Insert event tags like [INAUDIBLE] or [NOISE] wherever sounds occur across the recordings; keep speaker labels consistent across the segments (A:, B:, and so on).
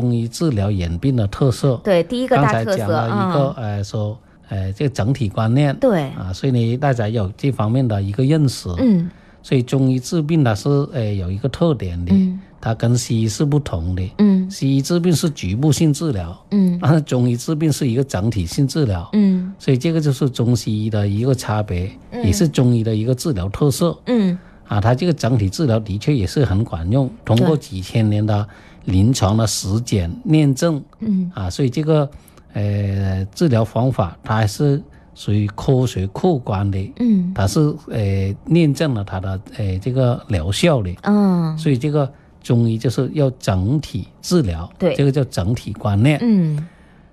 A: 中医治疗眼病的特色。
B: 对，第一个
A: 刚
B: 大
A: 才
B: 特
A: 讲
B: 色
A: 了一个
B: 啊、，
A: 呃，说呃这个整体观念。
B: 对，
A: 啊，所以呢，大家有这方面的一个认识。
B: 嗯
A: 所以中医治病它是呃有一个特点的，
B: 嗯
A: 它跟西医是不同的。
B: 嗯
A: 西医治病是局部性治疗，
B: 嗯
A: 但是中医治病是一个整体性治疗。
B: 嗯
A: 所以这个就是中西医的一个差别，
B: 嗯
A: 也是中医的一个治疗特色
B: 嗯
A: 啊。它这个整体治疗的确也是很管用，通过
B: 对
A: 几千年的临床的实践验证
B: 嗯
A: 啊，所以这个呃治疗方法它还是属于科学客观的，
B: 嗯
A: 它是呃验证了它的呃这个疗效的，
B: 嗯
A: 所以这个中医就是要整体治疗，
B: 对
A: 这个叫整体观念。
B: 嗯，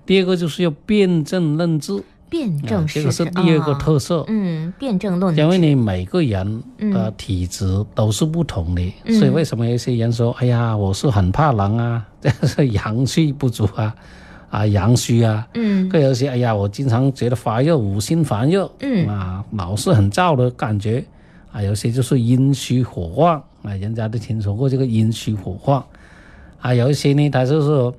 A: 第二个就是要辩证论治。
B: 辩
A: 啊
B: 证
A: 这
B: 是
A: 个是第二个特色，
B: 嗯，辩证论
A: 因为
B: 治，
A: 你每个人的体质都是不同的，
B: 嗯
A: 所以为什么有些人说，哎呀，我是很怕冷啊， [LAUGHS] 这是阳气不足啊，啊阳虚啊，
B: 嗯
A: 更有些，哎呀，我经常觉得发热，五心烦热，
B: 嗯
A: 啊，老是很燥的感觉，啊，有些就是阴虚火旺，啊，人家都听说过这个阴虚火旺，啊，有一些呢，他就是说，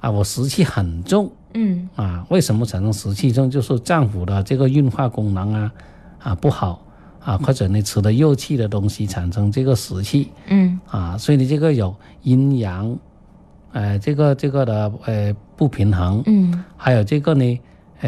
A: 啊，我湿气很重，
B: 嗯
A: 啊，为什么产生湿气重？就是脏腑的这个运化功能啊啊不好啊，或者你吃的热气的东西产生这个湿气
B: 嗯
A: 啊，所以你这个有阴阳，呃，这个这个的呃不平衡，
B: 嗯
A: 还有这个呢，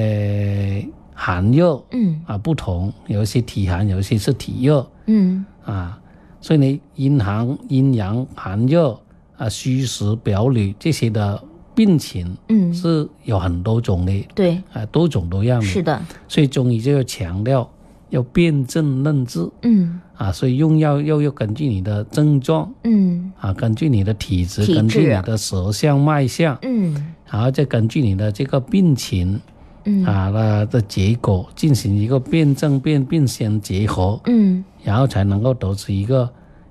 A: 呃寒热
B: 嗯
A: 啊不同，有一些体寒，有一些是体热
B: 嗯
A: 啊，所以呢阴寒、阴阳、寒热啊、虚实、表里这些的病情
B: 嗯，
A: 是有很多种的。
B: 对，
A: 啊，多种多样
B: 是
A: 的。
B: 的，
A: 所以中医就要强调要辨证论治
B: 嗯
A: 啊，所以用药又要根据你的症状
B: 嗯
A: 啊，根据你的体质，
B: 体质啊
A: 根据你的舌象脉象，
B: 嗯
A: 然后再根据你的这个病情
B: 嗯
A: 啊那的结果进行一个辩证辨病相结合，
B: 嗯
A: 然后才能够得出一个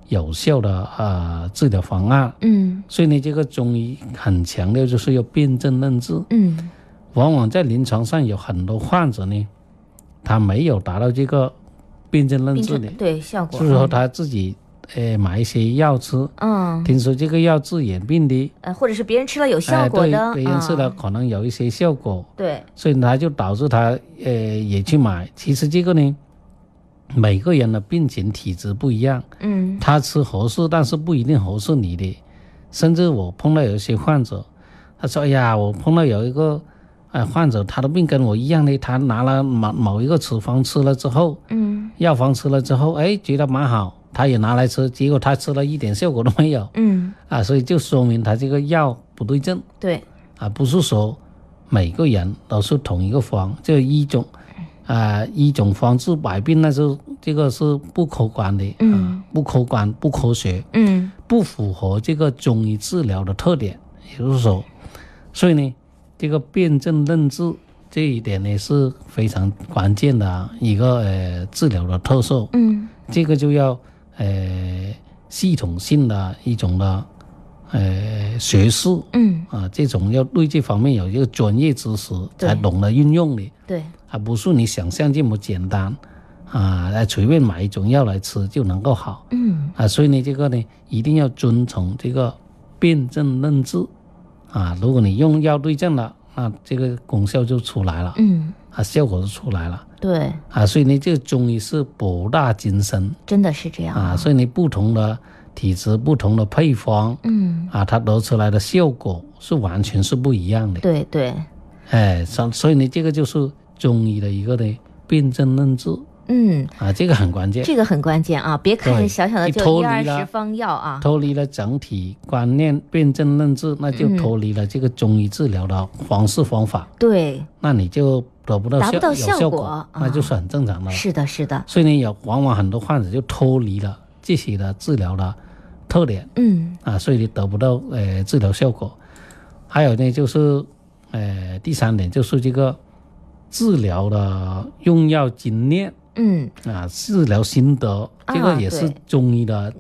A: 有效的啊治疗方案。
B: 嗯
A: 所以呢，这个中医很强调就是要辨证论治。
B: 嗯
A: 往往在临床上有很多患者呢，他没有达到这个辨证论
B: 辩
A: 治的
B: 证，对效果，
A: 就是说他自己呃买一些药吃，
B: 嗯，
A: 听说这个药治眼病的，
B: 呃，或者是别人吃了有效
A: 哎，
B: 果
A: 对
B: 的，
A: 别人吃了
B: 嗯
A: 可能有一些效果，
B: 对，
A: 所以他就导致他呃也去买。其实这个呢，每个人的病情体质不一样，
B: 嗯
A: 他吃合适，但是不一定合适你的。甚至我碰到有一些患者，他说：“哎呀，我碰到有一个，呃，患者他的病跟我一样的，他拿了某某一个处方吃了之后，
B: 嗯
A: 药方吃了之后，哎，觉得蛮好，他也拿来吃，结果他吃了一点效果都没有
B: 嗯，
A: 啊，所以就说明他这个药不对症
B: 对，
A: 啊，不是说每个人都是同一个方，就一种，啊、一种方治百病，那是这个是不客观的，
B: 嗯
A: 啊，不客观，不科学，
B: 嗯
A: 不符合这个中医治疗的特点，也就是说，所以呢，这个辨证论治这一点呢是非常关键的一个呃治疗的特色，
B: 嗯
A: 这个就要呃系统性的一种的呃学识
B: 嗯，
A: 啊，这种要对这方面有一个专业知识
B: 对
A: 才懂得运用的，
B: 对，
A: 而不是你想象这么简单啊，来随便买一种药来吃就能够好。
B: 嗯
A: 啊，所以呢，这个呢，一定要遵从这个辨证论治啊。如果你用药对症了，那这个功效就出来了
B: 嗯，
A: 啊，效果就出来了
B: 对，
A: 啊。所以呢，这个中医是博大精深
B: 真的是这样
A: 啊。所以呢，不同的体质、不同的配方
B: 嗯，
A: 啊，它得出来的效果是完全是不一样的。
B: 对对，
A: 哎，所所以呢，这个就是中医的一个呢辨证论治
B: 嗯，
A: 啊，这个很关键。
B: 这个很关键啊！别看
A: 对
B: 小小的
A: 一
B: 就
A: 脱
B: 一
A: 离
B: 二
A: 了
B: 十方药啊，
A: 脱离了整体观念辩证论治，那就脱离了这个中医治疗的方式方法，
B: 对，
A: 那你就得不到
B: 达
A: 效
B: 不到
A: 有
B: 效
A: 效
B: 果啊
A: 那就是很正常的了。
B: 是的，是的，
A: 所以呢，有往往很多患者就脱离了这些的治疗的特点
B: 嗯
A: 啊，所以你得不到呃治疗效果。还有呢，就是呃第三点就是这个治疗的用药经验
B: 嗯，
A: 啊，治疗心得，这
B: 啊
A: 个也是
B: 对
A: 中医的